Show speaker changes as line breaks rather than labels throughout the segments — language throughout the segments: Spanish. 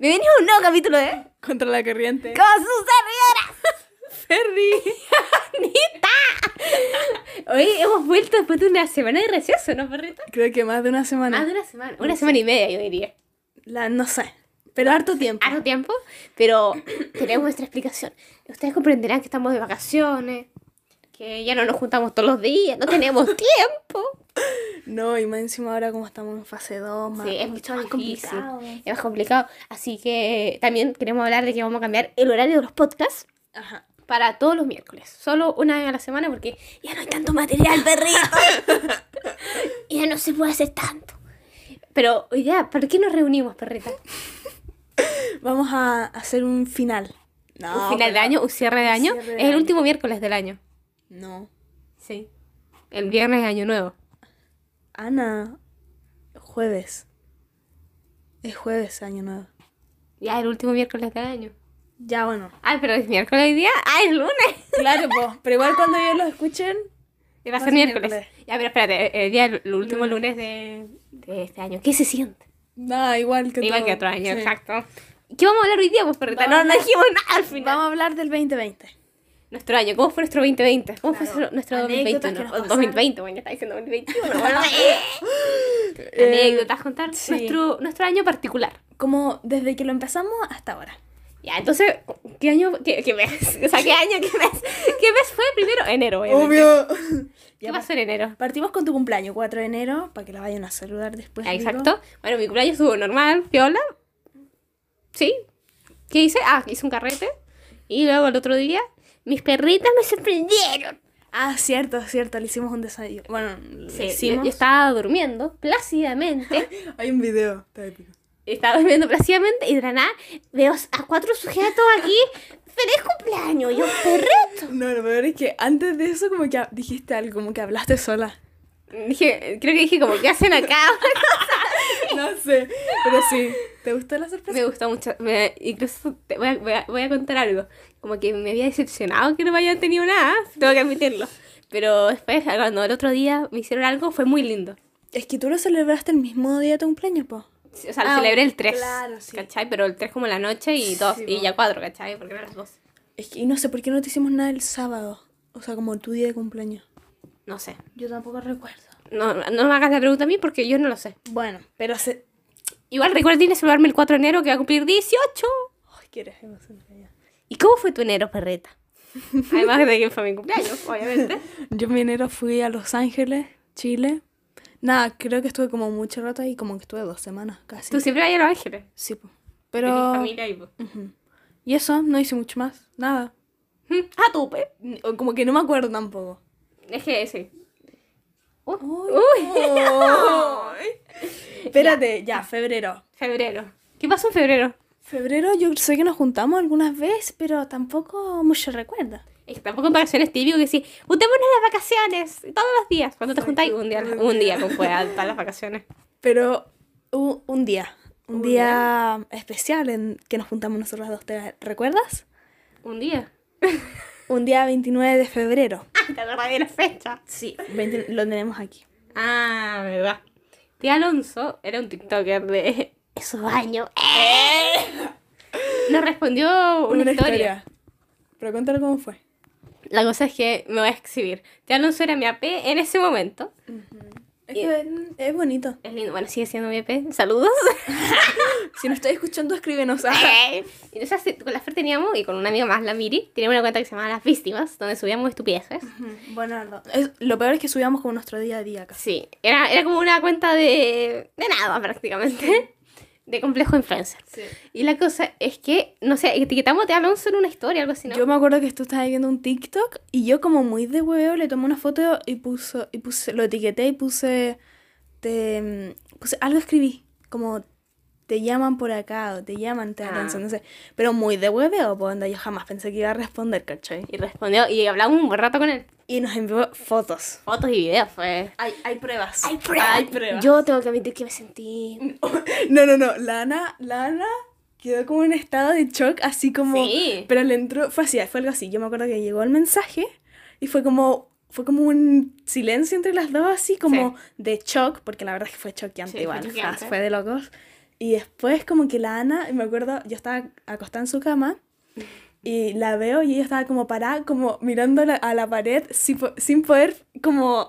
Bienvenidos a un nuevo capítulo de...
Contra la corriente.
¡Con sus
Ferdi.
servidores! ¡Anita! Hoy hemos vuelto después de una semana de receso, ¿no, perrita?
Creo que más de una semana.
Más Ah, de una semana. Una semana y media, yo diría.
La, no sé. Pero harto tiempo.
Harto tiempo, pero tenemos nuestra explicación. Ustedes comprenderán que estamos de vacaciones, que ya no nos juntamos todos los días, no tenemos tiempo.
No, y más encima ahora como estamos en fase 2, más,
Sí, es mucho más difícil.
complicado.
Es más complicado. Así que también queremos hablar de que vamos a cambiar el horario de los podcasts
Ajá.
para todos los miércoles. Solo una vez a la semana porque ya no hay tanto material, perrito. ya no se puede hacer tanto. Pero, hoy día, ¿por qué nos reunimos, perrita?
Vamos a hacer un final. No.
¿Un final de
pero-
año? ¿Un cierre de año?
Cierre de
es el
año.
último miércoles del año.
No.
Sí. El viernes de Año Nuevo.
Ana. Jueves. Es jueves, año nuevo.
Ya, el último miércoles del año.
Ya bueno.
Ay, pero es miércoles hoy día. Ah, es lunes.
Claro, pues. Pero igual cuando ellos lo escuchen.
Y va a
Va
ser miércoles.
miércoles.
Ya, pero espérate, el, día, el último lunes de, de este año. ¿Qué se siente?
Nada, igual que
Igual
todo.
que otro año,
Sí.
exacto. ¿Qué vamos a hablar hoy día, pues, perrita?
Vamos-
No, no dijimos nada al final.
Vamos a hablar del 2020.
Nuestro año, ¿cómo fue nuestro 2020? ¿Cómo fue
Claro,
nuestro- nuestro
anécdotas que
2021?
nos
O
pasaron.
2020, bueno, ya está diciendo 2021. bueno, eh, anécdotas, contar
Eh, sí.
nuestro, nuestro año particular.
Como desde que lo empezamos hasta ahora.
Ya, entonces, ¿qué año, qué, qué mes? O sea, ¿qué año, qué mes? ¿Qué mes fue primero? Enero, obviamente. ¿Qué
Ya
pasó en enero?
Partimos con tu cumpleaños, 4 de enero, para que la vayan a saludar después.
Ah,
digo.
Exacto. Bueno, mi cumpleaños estuvo normal, piola. ¿Sí? ¿Qué hice? Ah, hice un carrete. Y luego el otro día, mis perritas me sorprendieron.
Ah, cierto, cierto, le hicimos un desayuno. Bueno, le
Sí, yo,
hicimos.
yo estaba durmiendo plácidamente.
Hay un video, está épico.
estaba durmiendo plácidamente y de la nada veo a cuatro sujetos aquí. ¡Feliz cumpleaños! Yo, perrito.
No, lo peor es que antes de eso, como que ha- dijiste algo, como que hablaste sola.
Dije, creo que dije como, ¿qué hacen acá?
No sé, pero sí. ¿Te gustó la sorpresa?
me gustó mucho. me- incluso te- voy a, voy a- voy a contar algo. Como que me había decepcionado que no me hayan tenido nada. Tengo que admitirlo. Pero después, cuando el otro día me hicieron algo, fue muy lindo.
Es que tú lo celebraste el mismo día de tu cumpleaños, po.
Sí, O sea, lo
Ah,
celebré el 3.
claro, sí.
¿Cachai? Pero el 3 como la noche y, dos,
Sí,
y
po.
ya 4, ¿cachai? Porque eran las 2.
Es que y no sé por qué no te hicimos nada el sábado. O sea, como tu día de cumpleaños.
No sé.
Yo tampoco recuerdo.
No, no me hagas la pregunta a mí porque yo no lo sé.
Bueno, pero se.
Igual recuerden celebrarme el 4 de enero que va a cumplir 18.
Ay, qué eres egocéntrica ya.
¿Y cómo fue tu enero, perreta? Además de que fue mi cumpleaños, obviamente.
Yo en enero fui a Los Ángeles, Chile. Nada, creo que estuve como mucho rato ahí, como que estuve dos semanas casi.
Tú siempre vas a Los Ángeles.
Sí, po.
Tenés
pero...
familia pues. y... po.
Ujú. Y eso, no hice mucho más, nada.
Mm, A tupe.
Ni- o Como que no me acuerdo tampoco.
Es que sí. Uy.
Espérate, ya, febrero.
Febrero. ¿Qué pasó en febrero?
Febrero yo sé que nos juntamos algunas veces, pero tampoco mucho recuerdo.
Es que tampoco en vacaciones típico que sí, utémonos las vacaciones todos los días. Cuando te juntáis un día, un día pues, con cueva para las vacaciones.
Pero hubo un día, un día especial en que nos juntamos nosotras dos, ¿te recuerdas?
Un día.
Un día 29 de febrero.
Ah, te acordás de la fecha.
Sí, 20 lo tenemos aquí.
Ah, verdad. Tía Alonso era un TikToker de esos años. Nos respondió ¿Eh? una, historia.
Pero cuéntalo cómo fue.
La cosa es que me voy a exhibir. Tía Alonso era mi AP en ese momento.
Es, que es- es bonito.
Es lindo. Bueno, sigue siendo mi AP. Saludos.
Si nos estás escuchando, escríbenos. a-
Y Entonces hace- con la Fer teníamos, y con una amiga más, la Miri, teníamos una cuenta que se llamaba Las Víctimas, donde subíamos estupideces.
bueno, no, es- lo peor es que subíamos como nuestro día a día acá.
Sí, era, era como una cuenta de, de nada prácticamente, de complejo influencer. Y la cosa es que, no sé, etiquetamos a Te Alonso en una historia, algo así, ¿no?
Yo me acuerdo que tú estabas viendo un TikTok y yo como muy de hueveo le tomé una foto y puso, y puse, lo etiqueté y puse, te, mm, puse algo escribí, como te llaman por acá o te llaman, te
Ah.
alcanzan, no sé. Pero muy de hueveo, pues onda, yo jamás pensé que iba a responder, ¿cachai?
Y respondió, y hablamos un buen rato con él.
Y nos envió fotos.
Fotos y videos, fue...
Hay, hay pruebas.
Yo tengo que admitir que me sentí...
No, no, no. Lana, Lana quedó como en estado de shock, así como.
Sí.
Pero le entró. Fue así, fue algo así. Yo me acuerdo que llegó el mensaje y fue como. Fue como un silencio entre las dos, así como de shock, porque la verdad es que fue choqueante
Sí, fue
igual. o sea,
choqueante.
Fue, de locos. Y después como que la Ana, y me acuerdo, yo estaba acostada en su cama y la veo y ella estaba como parada, como mirando la- a la pared sin, po- sin poder como...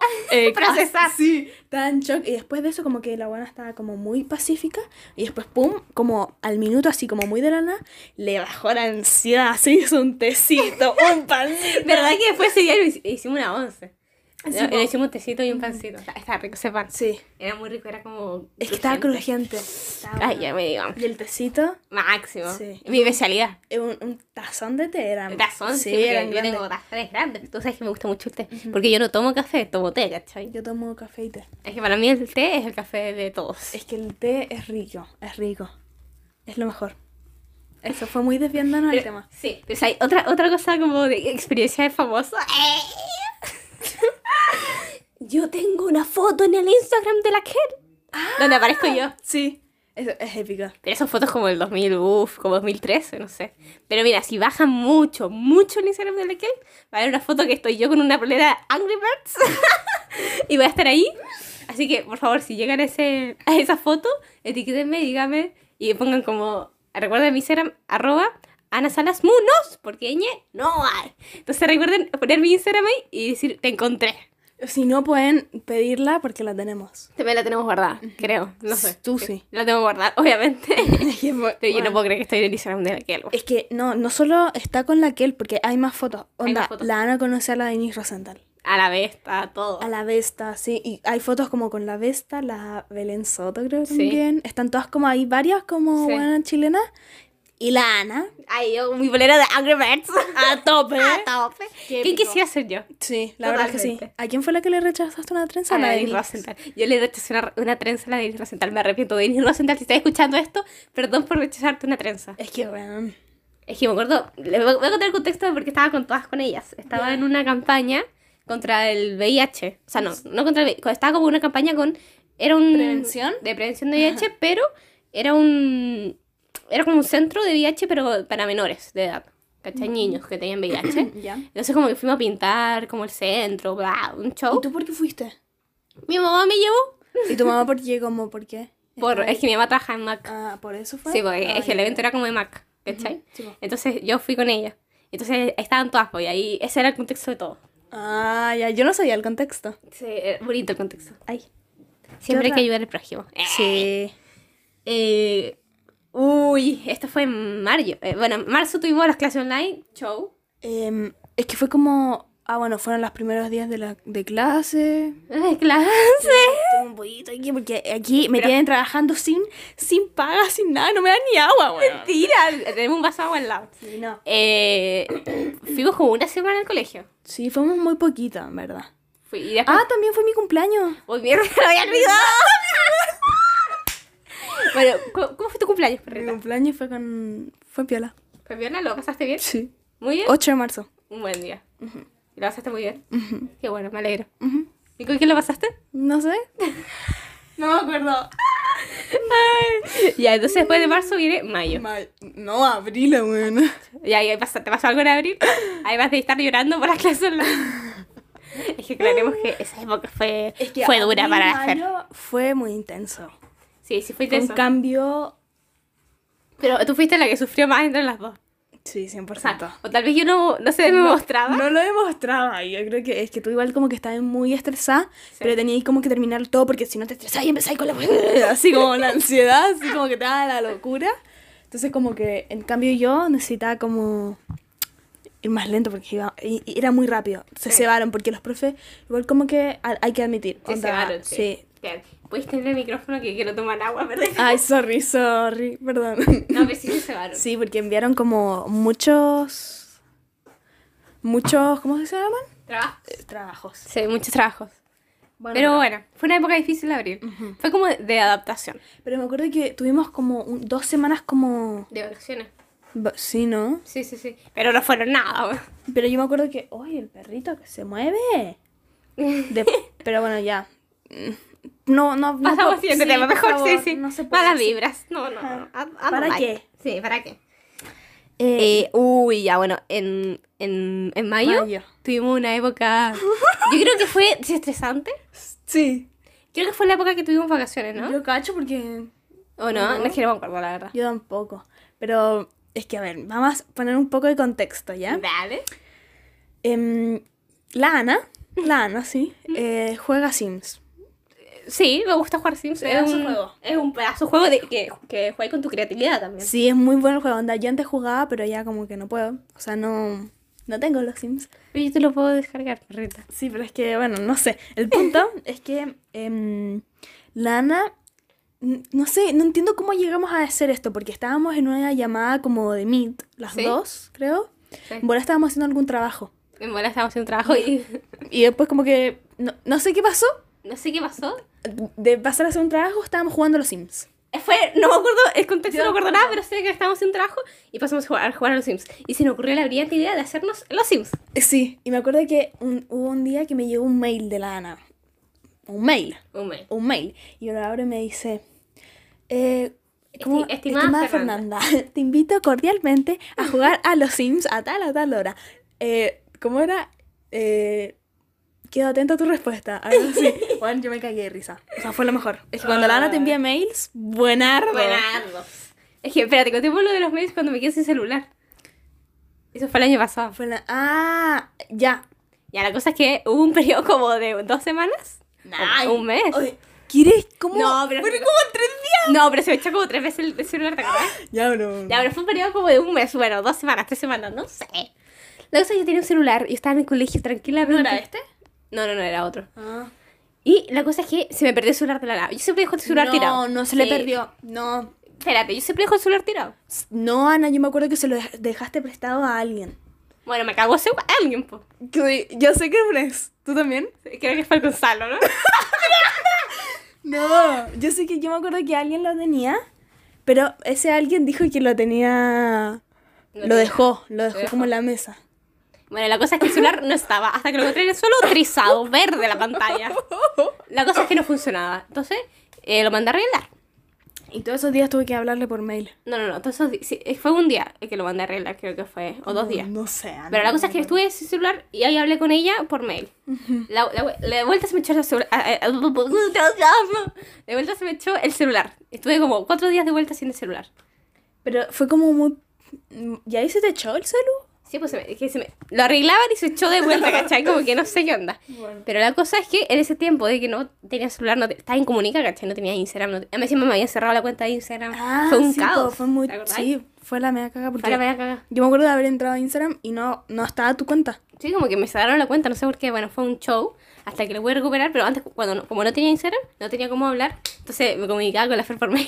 eh,
Procesar.
Sí, estaba en shock. Y después de eso como que la buena estaba como muy pacífica y después, ¡pum!, como al minuto, así como muy de la nada, le bajó la ansiedad, se hizo un tecito, un pancito.
¿Verdad que después ese día lo hic- hicimos una once?
Sí,
Le-
po.
le hicimos un tecito y un pancito. Está- Estaba rico ese pan.
Sí,
Era muy rico, era como.
es que estaba
crujiente.
crujiente. Estaba
Ay, ya
bueno.
me digan.
Y el tecito...
Máximo.
Sí.
Mi especialidad.
eh, Un, un tazón de té era.
Tazón, sí,
sí,
porque
eran
yo
grandes.
tengo tazones grandes. Tú sabes que me gusta mucho el té. Porque yo no tomo café, tomo té, ¿cachai?
Yo tomo café y té.
Es que para mí el té es el café de todos.
Es que el té es rico, es rico. Es lo mejor. Eso fue muy desviándonos
Pero-
el tema.
Sí, pero hay otra, otra cosa como de experiencia de famoso. yo tengo una foto en el Instagram de la Ker. Donde aparezco yo.
Sí, eso es épico.
Pero esas fotos como el 2000, uff, como 2013, no sé. Pero mira, si bajan mucho, mucho el Instagram de la Kel, va a haber una foto que estoy yo con una polera Angry Birds. y voy a estar ahí. Así que, por favor, si llegan a, ese, a esa foto, etiquétenme, díganme y pongan como, recuerden mi Instagram, arroba Ana Salas Munos, porque ñe no hay. Entonces recuerden poner mi Instagram ahí y decir, te encontré.
Si no pueden pedirla porque la tenemos.
También la tenemos guardada, creo. No sé.
Tú sí.
La tengo guardada, obviamente.
Y es mu-
Pero yo no
bueno.
puedo creer que estoy en el Instagram de la Kel.
Es que no, no solo está con la Kel, porque hay más fotos.
Hay
Onda,
más fotos.
la Ana conoce a la Denise Rosenthal.
A la vez está todo.
A la Vesta, sí. Y hay fotos como con la Vesta, la Belén Soto creo
Sí.
también. Están todas como ahí, varias como
Sí.
buenas chilenas. Y la Ana.
Ay, yo con mi bolera de Angry Birds.
A tope.
A tope. ¿Qué,
Qué épico.
quisiera ser yo?
Sí, la verdad que sí.
Totalmente.
¿A quién fue la que le rechazaste una trenza?
A la de
Denise.
Rosenthal. Yo le rechacé una, una trenza a la de Denis Rosenthal. Me arrepiento. Denis Rosenthal, si estás escuchando esto, perdón por rechazarte una trenza.
Es que, bueno.
Es que me acuerdo, les voy a voy a contar el contexto porque estaba con todas con ellas. Estaba en una campaña contra el VIH. O sea, no, no contra el VIH. Estaba como una campaña con... Era un...
¿Prevención?
De prevención de VIH, pero era un... Era como un centro de VIH, pero para menores de edad.
Mm.
¿Cachai? Niños que tenían VIH.
Ya.
Entonces como que fuimos a pintar como el centro, bla, un show.
¿Y tú por qué fuiste?
Mi mamá me llevó.
¿Y tu mamá por qué? ¿Cómo? ¿Por qué?
Por,
Estaba
es que mi mamá trabaja en Mac.
Ah, ¿por eso fue?
Sí, porque
Ah,
es que el
ya.
evento era como de Mac, ¿cachai?
Sí, po.
Entonces yo fui con ella. Entonces estaban todas, pues, y ahí ese era el contexto de todo.
Ah, ya. Yo no sabía el contexto.
Sí, era bonito el contexto.
Ay.
Siempre hay
ra-
que ayudar al prójimo. Eh,
Sí.
eh, uy, esto fue en mayo. Eh, bueno, en marzo tuvimos las clases online, show.
Em, es que fue como... Ah, bueno, fueron los primeros días de, la, de clase.
Las clases.
Tengo un poquito aquí porque aquí me tienen trabajando sin, sin paga, sin nada. No me dan ni agua, weón.
Mentira, tenemos un vaso de agua al lado.
Sí, no.
Eh, fuimos como una semana al colegio.
Sí, fuimos muy poquita, en verdad.
Fui, y después
Ah, también fue mi cumpleaños.
Uy, mierda, me lo había olvidado. bueno, ¿cu- ¿cómo fue tu cumpleaños,
Mi
perrita?
cumpleaños fue con... Fue piola.
¿Fue bien? ¿Lo pasaste bien?
Sí.
Muy bien.
8 de marzo.
Un buen día. ¿Lo pasaste muy bien? Qué bueno, me alegro. ¿Y con quién lo pasaste?
No sé.
No me acuerdo. ya, entonces después de marzo viene mayo.
no, abril, weón.
Ya, ya pasa- ¿te pasó algo en abril? Ahí vas de estar llorando por las clases online. es que creemos que esa época fue, fue dura para la Fer.
Fue muy intenso.
Sí, sí fue
Fue un
intenso.
cambio.
Pero tú fuiste la que sufrió más entre las dos.
Sí, 100%.
O, sea, o tal vez yo no, no se me mostraba.
No lo demostraba. Yo creo que es que tú igual como que estabas muy estresada, pero tenías como que terminar todo porque si no te estresabas y empezabas con la... Así como la ansiedad, así como que te daba la locura. Entonces como que en cambio yo necesitaba como ir más lento porque iba, y- y era muy rápido. Se
Sí.
cebaron porque los profes igual como que a- hay que admitir.
Sí,
onda,
se van, sí. Ah.
sí.
Bien. Puedes tener el micrófono que quiero tomar agua, ¿verdad?
Ay, sorry, sorry, perdón.
No, pero sí se cebaron.
Sí, porque enviaron como muchos... Muchos, ¿cómo se llaman?
Trabajo.
Trabajos.
Sí, muchos trabajos.
Bueno,
pero bueno, fue una época difícil de abrir. Fue como de adaptación.
Pero me acuerdo que tuvimos como un- dos semanas como...
De vacaciones.
ba- Sí, ¿no?
Sí, sí, sí. Pero no fueron nada.
Pero yo me acuerdo que... ¡Ay, el perrito que se mueve! De- pero bueno, ya. No, no... no
Pasamos al
po-
siguiente tema.
por
Mejor
favor,
sí, sí.
No se puede
Malas
decir.
vibras. No, no. no. A- a no
¿Para
like.
qué?
Sí, ¿para qué?
Eh,
Eh, uy, ya bueno, en, en, en mayo,
Mayo.
tuvimos una época... Yo creo que fue estresante.
sí.
Creo que fue la época que tuvimos vacaciones, ¿no?
Yo cacho porque...
¿O no?
¿No?
No es que no me acuerdo, la verdad.
Yo tampoco. Pero es que, a ver, vamos a poner un poco de contexto, ¿ya?
Dale.
Em, la Ana, la Ana, sí, eh, juega Sims.
Sí, me gusta jugar Sims.
Es un-
Es un pedazo de juego de, que, que juegue con tu creatividad también.
Sí, es muy bueno el juego. Onda, yo antes jugaba, pero ya como que no puedo. O sea, no, no tengo los Sims.
Yo te lo puedo descargar, perrita.
Sí, pero es que, bueno, no sé. El punto es que em, la Ana, n- no sé, no entiendo cómo llegamos a hacer esto, porque estábamos en una llamada como de Meet, las
Sí.
dos, creo.
Sí.
Bueno, estábamos haciendo algún trabajo.
En bola estábamos haciendo un trabajo y
Y después como que, no, no sé qué pasó,
no sé qué pasó.
de pasar a hacer un trabajo estábamos jugando a los Sims.
Eh, Fue, no me acuerdo, el contexto
Yo
no me acuerdo nada,
tampoco.
pero sé que estábamos haciendo un trabajo y pasamos a jugar, a jugar a los Sims. Y se nos ocurrió la brillante idea de hacernos los Sims.
Eh, Sí, y me acuerdo que un- hubo un día que me llegó un mail de la Ana. Un mail,
Un mail.
un mail. Y yo lo abro y me dice, eh, ¿cómo?
Esti- estimada Fernanda.
Fernanda, te invito cordialmente a jugar a los Sims a tal a tal hora. Eh, ¿Cómo era? Eh, quedo atenta a tu respuesta. Algo así. Bueno, yo me cagué de risa. O sea, fue lo mejor. Es
Ah.
que cuando la Ana te envía mails, buenardo.
Buenardos. Es que, espérate, conté lo de los mails cuando me quedé sin celular. Eso fue el año pasado.
Fue la- Ah, ya.
Ya, la cosa es que hubo un periodo como de dos semanas.
Ay,
o un mes.
oye, ¿Quieres? ¿Cómo?
No, pero-
Fueron como tres días.
No, pero se me echó como tres veces el, el celular, ¿te acordás?
Ya, bro.
Ya, pero fue un periodo como de un mes, bueno, dos semanas, tres semanas, no sé. La cosa es que yo tenía un celular y estaba en el colegio tranquilamente.
¿No era este?
No, no, no, era otro.
Ah.
Y la cosa es que se me perdió el celular de la nada. Yo siempre dejo el celular
no,
tirado.
no se le
Sí.
perdió. No.
Espérate, yo siempre dejo el celular tirado.
No, Ana, yo me acuerdo que se lo dej- dejaste prestado a alguien.
Bueno, me cagó ese alguien, po.
Yo sé que eres. ¿Tú también?
Creo que fue el Gonzalo, ¿no?
No. Yo sé que yo me acuerdo que alguien lo tenía, pero ese alguien dijo que lo tenía.
No
lo
tenía.
dejó, lo dejó,
dejó.
como en la mesa.
Bueno, la cosa es que el celular no estaba. Hasta que lo encontré en el suelo trizado, verde la pantalla. La cosa es que no funcionaba. Entonces, eh, lo mandé a arreglar.
Y todos esos días tuve que hablarle por mail.
No, no, no. Todos esos di- sí, eh, fue un día el que lo mandé a arreglar, creo que fue. O dos días.
No, sé, Ana.
Pero la cosa es que estuve sin celular y ahí hablé con ella por mail. La, la- la vuelta se me echó el celular. Ah, eh, De vuelta se me echó el celular. Estuve como cuatro días de vuelta sin el celular.
Pero fue como muy. ¿Y ahí se te echó el celu?
Sí, pues se me- que se me- lo arreglaban y se echó de vuelta, ¿cachai? Como que no sé qué onda. Pero la cosa es que en ese tiempo de que no tenía celular, no te- estaba incomunicada, ¿cachai? No tenía Instagram. No te- Además, encima me habían cerrado la cuenta de Instagram. fue un
Ah, sí,
caos.
po, Fue muy,
¿te acordás?
sí, fue la mega caga porque
Ahora me voy a cagar.
yo me acuerdo de haber entrado a Instagram y no, no estaba tu cuenta.
Sí, como que me cerraron la cuenta, no sé por qué. Bueno, fue un show hasta que lo pude recuperar, pero antes, cuando no- como no tenía Instagram, no tenía cómo hablar, entonces me comunicaba con la Fer por mail.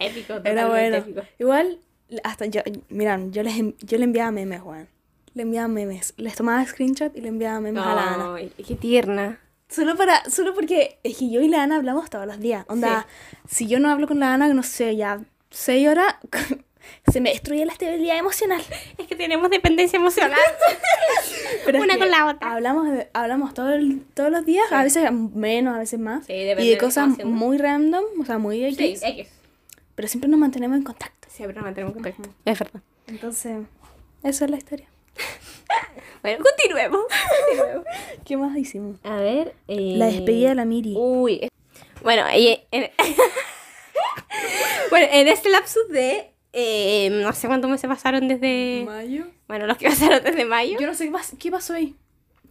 épico,
Era
totalmente
bueno.
épico.
Igual, hasta yo, mira, yo les en- yo le enviaba memes, Juan. Le enviaba memes. Les tomaba screenshot y le enviaba memes a la Ana.
Ay, qué tierna.
Solo para, solo porque es que yo y la Ana hablamos todos los días. Onda, si yo no hablo con la Ana, no sé, ya seis horas, se me destruye la estabilidad emocional.
Es que tenemos dependencia emocional.
Pero es
Una
que Ah,
con la otra.
Hablamos, de- hablamos todo el- todos los días, a veces menos, a veces más.
Sí, depende
y
de
de
lo que
cosas
estamos haciendo.
muy random, o sea, muy
sí,
X.
X.
pero siempre nos mantenemos en contacto.
Siempre nos mantenemos en contacto. Es verdad.
Entonces, esa es la historia.
Bueno, continuemos. continuemos.
¿Qué más hicimos?
A ver. eh,
La despedida de la Miri.
Uy. eh, Bueno, y en... bueno, en este lapsus de. eh, no sé cuántos meses pasaron desde.
¿Mayo?
Bueno, los que pasaron desde mayo.
Yo no sé qué, pas- qué pasó ahí.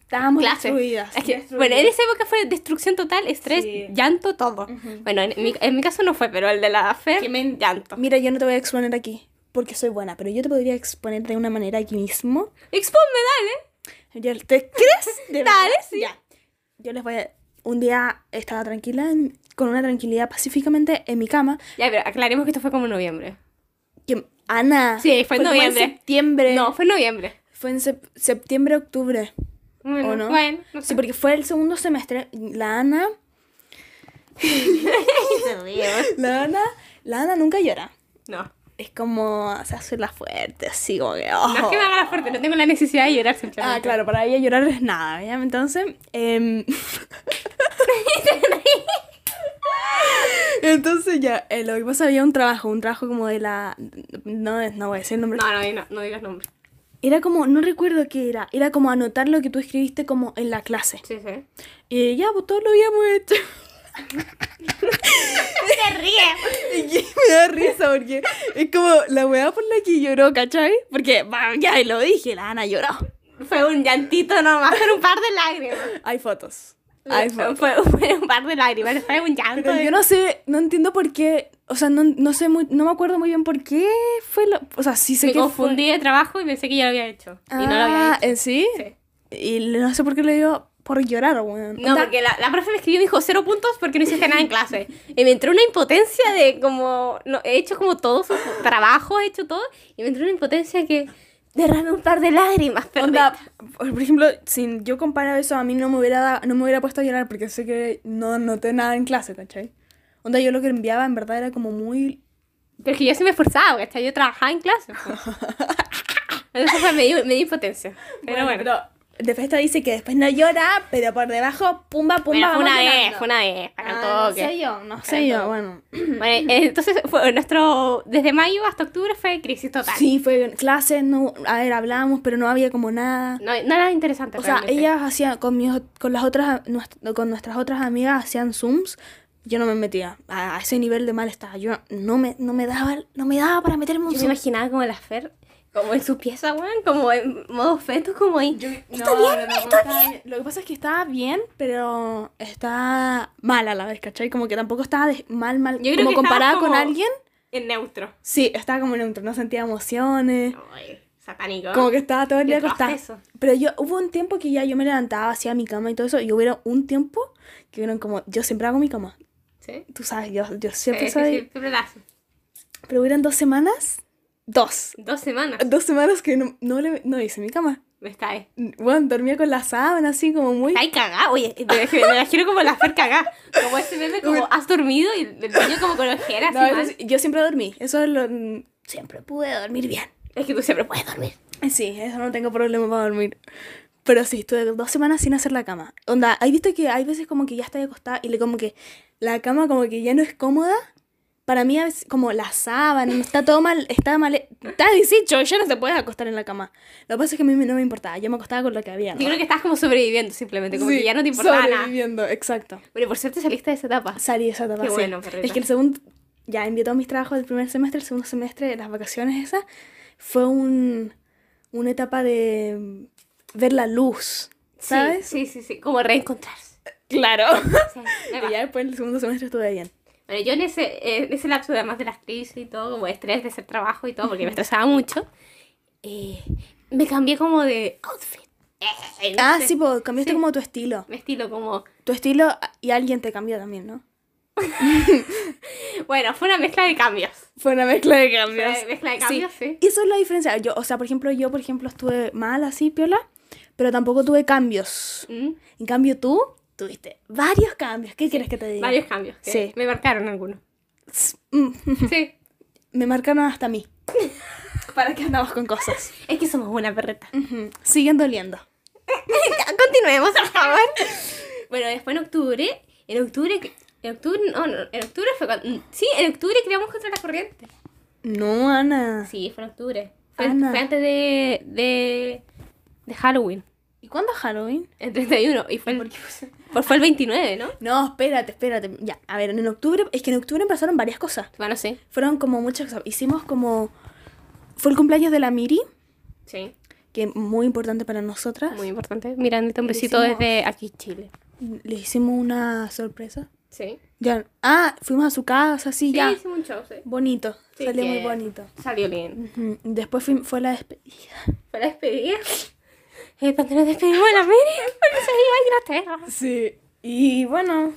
Estábamos
Clase.
destruidas.
Es que,
destruidas.
bueno, en esa época fue destrucción total, estrés,
Sí.
llanto, todo. Bueno, en mi, en mi caso no fue, pero el de la Fer,
Qué men-
llanto.
Mira, yo no te voy a exponer aquí porque soy buena, pero yo te podría exponer de una manera aquí mismo.
Exponme, dale.
Ya, ¿Te crees? De verdad.
Dale, sí.
Ya. Yo les voy a... Un día estaba tranquila, en- con una tranquilidad pacíficamente en mi cama.
Ya, pero aclaremos que esto fue como en noviembre.
Que, Ana.
Sí, fue en
como
noviembre.
septiembre.
No, fue en noviembre.
Fue en sep- septiembre, octubre.
Bueno,
¿O no?
bueno, no
Sí, porque fue el segundo semestre. La Ana. La Ana. La Ana nunca llora.
No.
Es como. Se hace la fuerte, así como que. "Oh".
No es que me haga la fuerte, no tengo la necesidad de llorar
Ah,
simplemente.
claro, para ella llorar es nada, ¿ya? Entonces, em, entonces ya, eh, lo que pasa había un trabajo, un trabajo como de la... No, es- no voy a decir el nombre.
No, no, di- no, no digas nombre.
Era como, no recuerdo qué era, era como anotar lo que tú escribiste como en la clase.
Sí, sí.
Y ya, pues todos lo habíamos hecho.
Se ríe.
Y que me da risa porque es como la weá por la que lloró, ¿cachai? Porque bah, ya lo dije, la Ana lloró.
Fue un llantito nomás, pero un par de lágrimas.
Hay fotos. Hay
fue,
fotos.
fue un par de lágrimas, fue un llanto.
Pero yo no sé, no entiendo por qué. O sea, no, no sé muy, no me acuerdo muy bien por qué fue lo. O sea, sí sé
me
que
confundí de trabajo y pensé que ya lo había hecho.
fue.
Y no lo había
Ah,
hecho.
¿en sí?
Sí.
Y no sé por qué le dio por llorar, weón.
No,
Onda,
porque la, la profe me escribió y me dijo cero puntos porque no hiciste nada en clase. Y me entró una impotencia de como. No, he hecho como todo su trabajo, he hecho todo. Y me entró una impotencia que derramé un par de lágrimas. Pero
Onda, por por ejemplo, si yo comparo eso, a mí no me hubiera, da- no me hubiera puesto a llorar porque sé que no noté nada en clase, ¿cachai? Onda, yo lo que enviaba en verdad era como muy...
pero es que yo sí me esforzaba, ¿cachai? Yo trabajaba en clase. pues. Entonces fue- me dio, me dio impotencia. Pero bueno.
pero de fiesta dice que después no llora, pero por debajo, pumba, pumba,
Mira, fue
vamos
una vez,
llorando.
fue una vez. para el
Ah, no
toque.
sé yo, no
Para
sé
el
yo,
toque.
bueno.
Bueno, eh, entonces fue nuestro. Desde mayo hasta octubre fue crisis total.
Sí, fue en clases, no, a ver, hablábamos, pero no había como nada.
No, nada interesante.
O sea,
realmente.
ellas hacían, con, mis, con, las otras, nuest- con nuestras otras amigas hacían Zooms, yo no me metía. A, a ese nivel de mal estaba. Yo no me, no me daba, no me daba para meterme un
Yo me
Zoom.
imaginaba como la Fer, como en su pieza, weón, como en modo feto, como ahí.
¿Está bien? ¿Está bien? Lo que pasa es que estaba bien, pero estaba mal a la vez, ¿cachai? Como que tampoco estaba de- mal, mal.
Yo creo
como
que
comparada
estabas
con
como-
alguien,
En neutro.
sí, estaba como neutro, no sentía emociones.
Ay, satánico.
Como que estaba todo
¿Ah?
el
Qué
día acostada.
proceso.
Pero yo hubo un tiempo que ya yo me levantaba, hacía mi cama y todo eso. Y hubo un tiempo que eran como, yo siempre hago mi cama.
Sí.
Tú sabes, yo, yo
Siempre,
siempre soy.
siempre la hace.
Pero hubieran dos semanas. Dos.
Dos semanas.
Dos semanas que no, no, le- no hice mi cama.
Me está ahí.
Bueno, dormía con la sábana así como muy.
Está ahí cagada. Oye, me, imagino- me imagino como la Fer cagada. Como ese meme, como has dormido y el niño como con ojeras.
No,
así,
eso
mal.
sí, yo siempre dormí. Eso es lo. mm, Siempre pude dormir bien.
Es que tú siempre puedes dormir.
Sí, eso no tengo problema para dormir. Pero sí, estuve dos semanas sin hacer la cama. Onda, ¿hay visto que hay veces como que ya estoy acostada y le como que la cama como que ya no es cómoda? Para mí a veces como la sábana, no está todo mal, está mal, está deshecho, ya no se puede acostar en la cama. Lo que pasa es que a mí no me importaba, yo me acostaba con lo que había. ¿no?
Yo creo que estás como sobreviviendo simplemente, como
Sí,
que ya no te importa nada.
sobreviviendo, exacto.
Pero por suerte saliste de esa etapa.
Salí esa etapa,
Qué
sí.
bueno, perrita.
Es que el segundo, ya envié todos mis trabajos del primer semestre, el segundo semestre, las vacaciones esas, fue un, una etapa de mm, ver la luz,
Sí,
¿sabes?
Sí, sí, sí, Como reencontrarse.
Claro.
Sí, me
y ya después el segundo semestre estuve bien.
Bueno, yo en ese, eh, en ese lapso, además de las crisis y todo, como estrés de hacer trabajo y todo, porque me estresaba mucho, eh, me cambié como de outfit. Eh, eh, no
Ah,
sé.
sí, pues cambiaste
Sí.
como tu estilo.
Me estilo como...
Tu estilo ah, y alguien te cambió también, ¿no?
Bueno, fue una mezcla de cambios.
Fue una mezcla de
Fue una mezcla de cambios, sí.
Eso es la diferencia. Yo, o sea, por ejemplo, yo, por ejemplo, estuve mal así, piola, pero tampoco tuve cambios.
Mm,
En cambio, tú tuviste varios cambios. ¿Qué quieres que te diga?
Varios cambios. que
Sí.
Me marcaron algunos.
Mm,
Sí.
me marcaron hasta a mí. ¿Para qué andamos con cosas?
Es que somos una perreta.
Ujú. Siguen doliendo.
Ya, Continuemos, por favor. Bueno, después en octubre, en octubre, en octubre, no, no, en octubre fue cuando, mm, sí, en octubre creamos contra la corriente.
No, Ana.
Sí, fue en octubre. Fue,
Ana.
fue antes de, de, de Halloween,
¿Y cuándo es Halloween?
el 31, y fue el, fue- fue el 29, ¿no?
No, espérate, espérate. Ya, a ver, en octubre, es que en octubre pasaron varias cosas.
Bueno, sí,
Fueron como muchas cosas. Hicimos como... Fue el cumpleaños de la Miri,
sí,
que es muy importante para nosotras.
muy importante. Mirandita, un besito
Ah. Hicimos-
desde aquí, Chile.
Le hicimos una sorpresa.
Sí,
Ya. Ah, fuimos a su casa, sí,
sí,
ya.
hicimos un show, sí.
Bonito.
Sí,
Salió muy
que
bonito.
Salió bien.
Ujú. Después fui- fue la despedida.
Fue la despedida. Eh, cuando nos despedimos de la Miri, porque se iba a Inglaterra.
Sí. Y bueno,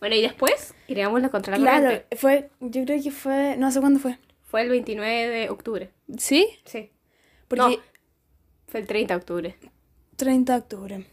Bueno, y después creamos la contra la
claro,
corriente.
fue, yo creo que fue, no sé cuándo fue.
Fue el 29 de octubre.
¿Sí?
Sí.
Porque
No. Fue el 30 de octubre.
30 de octubre.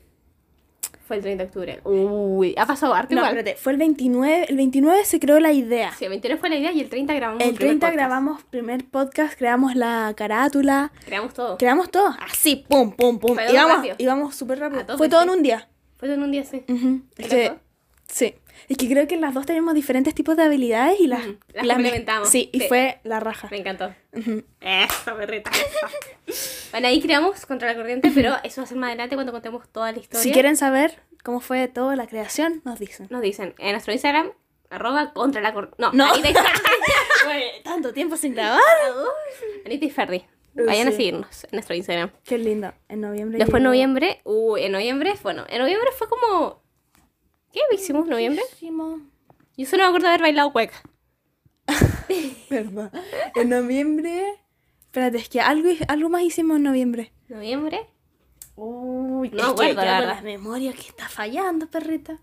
Fue el 30 de octubre. Uy, ha pasado harto
No,
igual.
espérate, fue el 29, el 29 se creó la idea.
Sí, el 29 fue la idea y el 30 grabamos
el
primer
30
podcast.
grabamos primer podcast, creamos la carátula,
Creamos todo.
creamos todo así, pum, pum, pum.
Fue todo
Íbamos,
rápido.
íbamos súper rápido.
A tope,
Fue todo
sí.
en un día.
Mm. Fue en un día, sí.
Ujú. Es
¿Te
que-
tocó?
sí. Es que creo que las dos tenemos diferentes tipos de habilidades y las,
Mm, las complementamos.
Sí, y
Sí.
fue la raja.
Me encantó.
Ujú.
Eso, perrita. eso. bueno, ahí creamos contra la corriente, pero eso va a ser más adelante cuando contemos toda la historia.
Si quieren saber cómo fue toda la creación, nos dicen.
Nos dicen en nuestro Instagram, arroba contra la corriente. No,
No.
Anita y
Tanto tiempo sin grabar.
Ferdi. Anita y Ferdi. Vayan a
Sí.
seguirnos en nuestro Instagram.
Qué lindo. En noviembre.
Después
llegó-
noviembre, uh, en noviembre, bueno, en noviembre fue como... ¿Qué hicimos en noviembre?
Hicimos-
Yo solo me acuerdo de haber bailado cueca.
Perdón. En noviembre. Espérate, es que algo, algo más hicimos en noviembre.
¿Noviembre?
Uy,
no me acuerdo, la verdad.
la memoria que está fallando, perrita.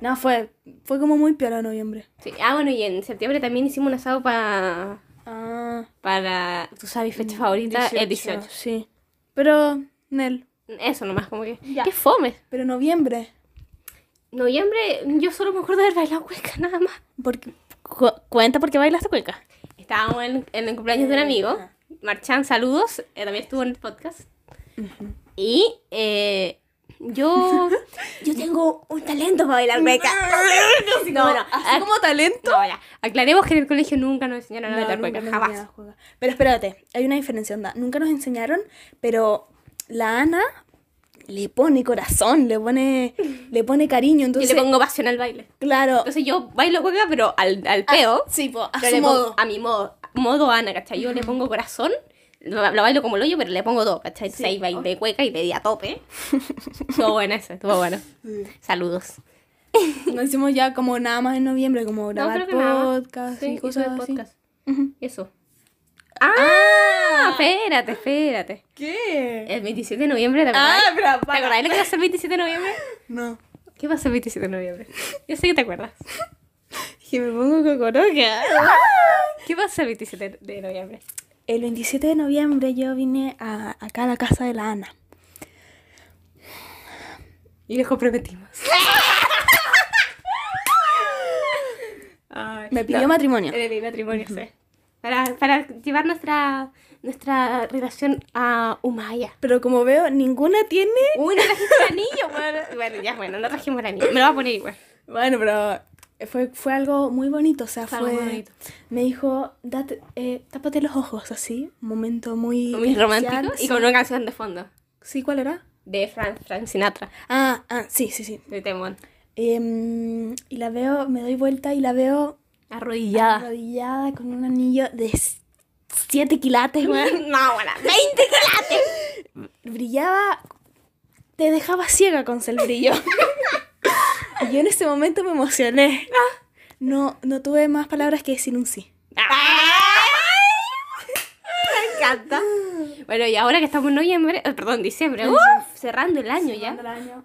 No, fue, fue como muy peor en noviembre.
Sí. Ah, bueno, y en septiembre también hicimos un asado pa-
Ah, Mm,
para... ¿Tú sabes mi fecha favorita? El 18.
Sí. Pero, Nel,
Eso nomás, como que...
Ya.
¡Qué fome!
pero noviembre.
Noviembre, yo solo me acuerdo de haber bailado cueca, nada más.
Porque, cu- cuenta porque bailaste cueca.
Estábamos en, en el cumpleaños de un amigo. Marchan, saludos. eh, también estuvo en el podcast. Mm-hmm. Y eh, yo... yo tengo un talento para bailar cueca. No, no.
Así como talento.
No, ya. Aclaremos que en el colegio nunca nos enseñaron a
No,
bailar
nunca
cueca,
nos
jamás.
enseñaron a jugar. Pero espérate, hay una diferencia, onda. Nunca nos enseñaron, pero la Ana le pone corazón, le pone, le pone cariño, entonces,
yo le pongo pasión al baile.
claro.
Entonces yo bailo cueca, pero al, al peo.
Sí, po, Ah, a
pero
su
le pongo- ah.
modo.
a mi modo. Modo Ana, ¿cachai? Yo le pongo corazón, lo, lo bailo como el hoyo, pero le pongo todo, ¿cachai? Entonces ahí bailé cueca y le di a tope. estuvo bueno eso, estuvo bueno. Saludos.
No Mm. hicimos ya como nada más en noviembre, como
No,
grabar
creo que nada.
podcast
Sí,
y cosas
hice
así.
podcast.
Ujú.
Eso. ¡Ah! Espérate, espérate.
¿Qué?
El 27 de noviembre, ¿te
Ah,
acordás?
pero
¿Te
para-
acordás lo que pasó el 27 de noviembre?
No.
¿Qué pasó el 27 de noviembre? Yo sé que te acuerdas.
Que me pongo cocoroca.
¿Qué pasó el 27 de noviembre?
El 27 de noviembre yo vine a, acá a la casa de la Ana.
Y nos comprometimos. Ay,
Me pidió
no,
matrimonio.
En el matrimonio, sí. Para, para llevar nuestra, nuestra relación a Humaya.
Pero como veo, ninguna tiene.
Uy, no trajiste el anillo. Bueno, bueno, ya, bueno, no trajimos el anillo. Me lo voy a poner igual.
Bueno, pero fue, fue algo muy bonito, o sea,
Fue
fue...
algo muy bonito.
Me dijo, date, eh, tápate los ojos, así, un momento muy...
Muy romántico
especial,
y con una canción de fondo.
Sí, ¿cuál era?
De Frank, Frank Sinatra,
Ah, ah, sí, sí, sí.
de Temón.
Em, y la veo, me doy vuelta y la veo
Arrodillada.
arrodillada con un anillo de 7 quilates,
no,
weón.
bueno, 20 quilates.
Brillaba, te dejaba ciega con el brillo. y yo en ese momento me emocioné.
Ah.
No, no tuve más palabras que decir un sí.
Me encanta. Bueno, y ahora que estamos en noviembre, eh, perdón, diciembre, ¡uh! cerrando el año ya.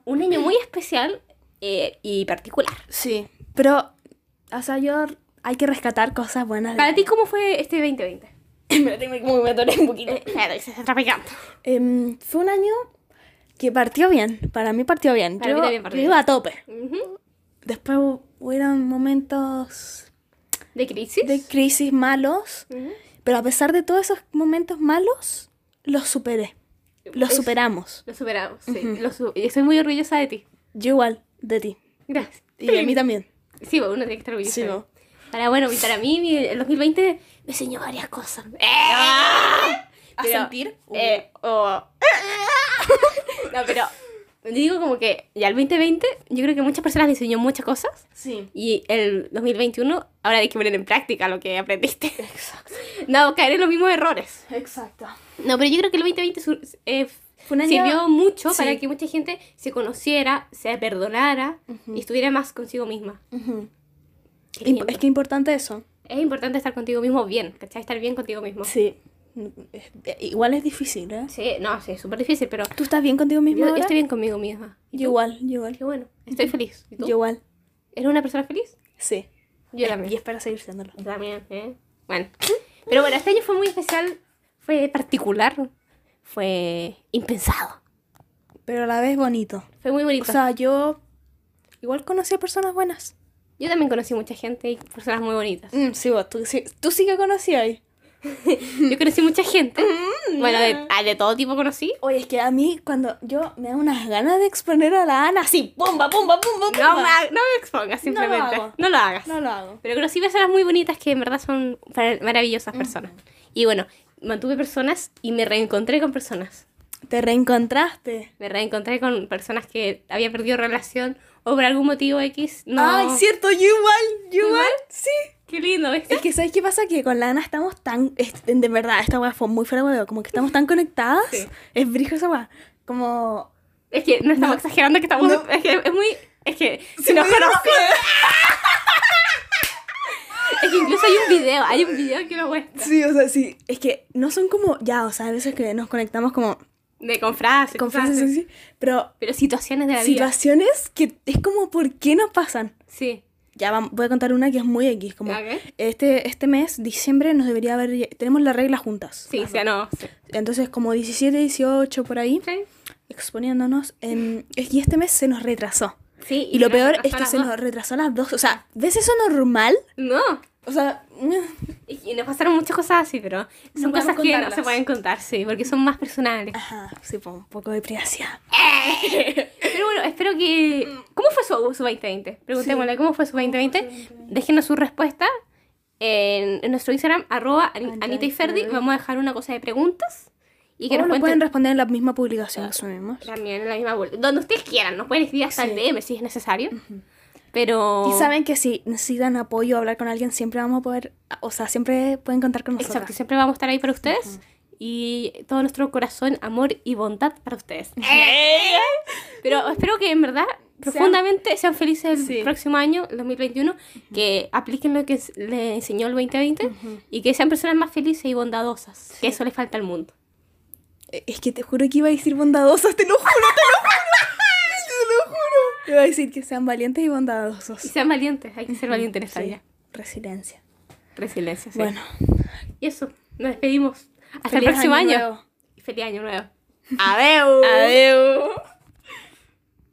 Un año muy especial eh, y particular.
Sí, pero, o sea, yo hay que rescatar cosas buenas. de-
Para ti, ¿cómo fue este 2020?
Espérate, me- como que me atoré un poquito.
Eh, espérate, se está pegando.
Em, fue un año que partió bien, para mí partió bien.
Para
yo,
mí también partió
yo
bien.
iba a tope.
Ujú.
Después hu- hubieron momentos
¿De crisis?
de crisis malos,
Ujú.
pero a pesar de todos esos momentos malos, los superé. Los
Es-
superamos.
Lo superamos, sí. lo su- y estoy muy orgullosa de ti.
Yo igual, de ti.
Gracias.
Y de mí también.
Sí, bueno, uno tiene que estar orgulloso.
Sí,
de
bo.
mí. Para bueno, para mí, mi- el 2020 me enseñó varias cosas. ¡Eh!
¿A
Pero,
sentir?
eh, o- no, pero digo como que ya el 2020, yo creo que muchas personas me enseñó muchas cosas.
Sí.
Y el 2021, ahora hay que poner en práctica lo que aprendiste. No, caer en los mismos errores.
Exacto.
No, pero yo creo que el 2020 sur- eh,
Fue un año-
sirvió mucho
sí.
para que mucha gente se conociera, se perdonara y estuviera más consigo misma. Qué lindo.
Es que importante eso.
Es importante estar contigo mismo bien, ¿cachai? Estar bien contigo mismo. Sí,
Sí. Es- Igual es difícil, ¿eh?
no, sí, es súper difícil, pero
¿Tú estás bien contigo
yo,
misma
yo
ahora?
estoy bien conmigo misma.
Yo igual, yo igual.
Qué bueno, estoy feliz. ¿Y tú?
Yo igual.
¿Eres una persona feliz?
Sí.
Yo
Y
también.
espero seguir siéndolo.
Yo también, ¿eh? Bueno. Pero bueno, este año fue muy especial, fue particular, fue impensado.
Pero a la vez bonito.
Fue muy
O
bonito.
sea, yo igual conocí a personas buenas.
yo también conocí mucha gente y personas muy bonitas.
sí, vos, tú, sí, tú sí que conocí ahí.
Yo conocí mucha gente. Bueno, de, ah, de todo tipo conocí.
Oye, es que a mí cuando yo me da unas ganas de exponer a la Ana así, pumba, pumba, pumba,
No
pumba.
me, ha- no me expongas, simplemente. No lo,
hago.
hagas.
No lo hago.
Pero conocí personas muy bonitas que en verdad son far- maravillosas personas. Y bueno, mantuve personas y me reencontré con personas.
Te reencontraste.
Me reencontré con personas que había perdido relación o por algún motivo X. No.
Ay, cierto, yo igual, yo igual, sí.
Qué lindo, ¿viste?
Es que ¿sabes qué pasa? Que con la Ana estamos tan... es- de verdad, esta weá fue muy fuera de huevo, Como que estamos tan conectadas.
Sí.
Es brijo esa weá. Como...
Es que no estamos
No.
exagerando que estamos.
No.
Es que es muy. Es que si nos conocemos. Es que incluso hay un video, hay un video que lo muestra.
Sí, o sea, sí. Es que no son como... Ya, o sea, a veces que nos conectamos como...
De con frases.
Con frases así. Pero
Pero situaciones de la vida.
situaciones que es como... ¿Por qué nos pasan?
Sí.
Ya vam- voy a contar una que es muy X. Como...
Ok.
Este, este mes, diciembre, nos debería haber... lle- Tenemos la regla juntas.
Sí, o sea, no. Sí.
Entonces, como 17, 18, por ahí,
Sí.
exponiéndonos. em, es- y este mes se nos retrasó.
Sí,
Y lo
nos
peor es
retrasó
que
las
se
dos.
nos retrasó a las dos. O sea, ¿ves eso normal?
No.
O sea, mm,
Y y nos pasaron muchas cosas así, pero son
No podemos
cosas que no
contarlas.
se pueden contar, sí, porque son más personales.
ajá, sí, po- un poco de privacidad.
Pero bueno, espero que...
Mm.
¿Cómo fue su, su 2020? Preguntémosle, ¿cómo fue su 2020? Déjenos su respuesta en, en nuestro Instagram, arroba Ani-
Anita
Anita y
y
Ferdi.
Ferdi.
Vamos a dejar una cosa de preguntas y que
O
nos
lo
cuenten
pueden responder en la misma publicación que subimos.
también en la misma vuelta. Donde ustedes quieran, nos pueden escribir hasta el
Sí.
DM si es necesario. Pero...
Y saben que si necesitan apoyo hablar con alguien, siempre vamos a poder, o sea, siempre pueden contar con nosotros.
Exacto, siempre vamos a estar ahí para ustedes. Y todo nuestro corazón, amor y bondad para ustedes.
Eh,
Pero espero que en verdad, profundamente, sean felices el
Sí.
próximo año, el 2021, que apliquen lo que s- les enseñó el 2020 y que sean personas más felices y bondadosas, que eso les falta al mundo.
Es que te juro que iba a decir bondadosas, te lo juro, te lo juro. te lo juro. Iba a decir que sean valientes y bondadosos.
Y sean valientes, hay que ser valientes en esta vida.
Resiliencia.
Resiliencia, sí.
Bueno,
Y eso, nos despedimos. Hasta
feliz
el próximo año.
nuevo.
Y feliz año nuevo. Adeu. Adeu.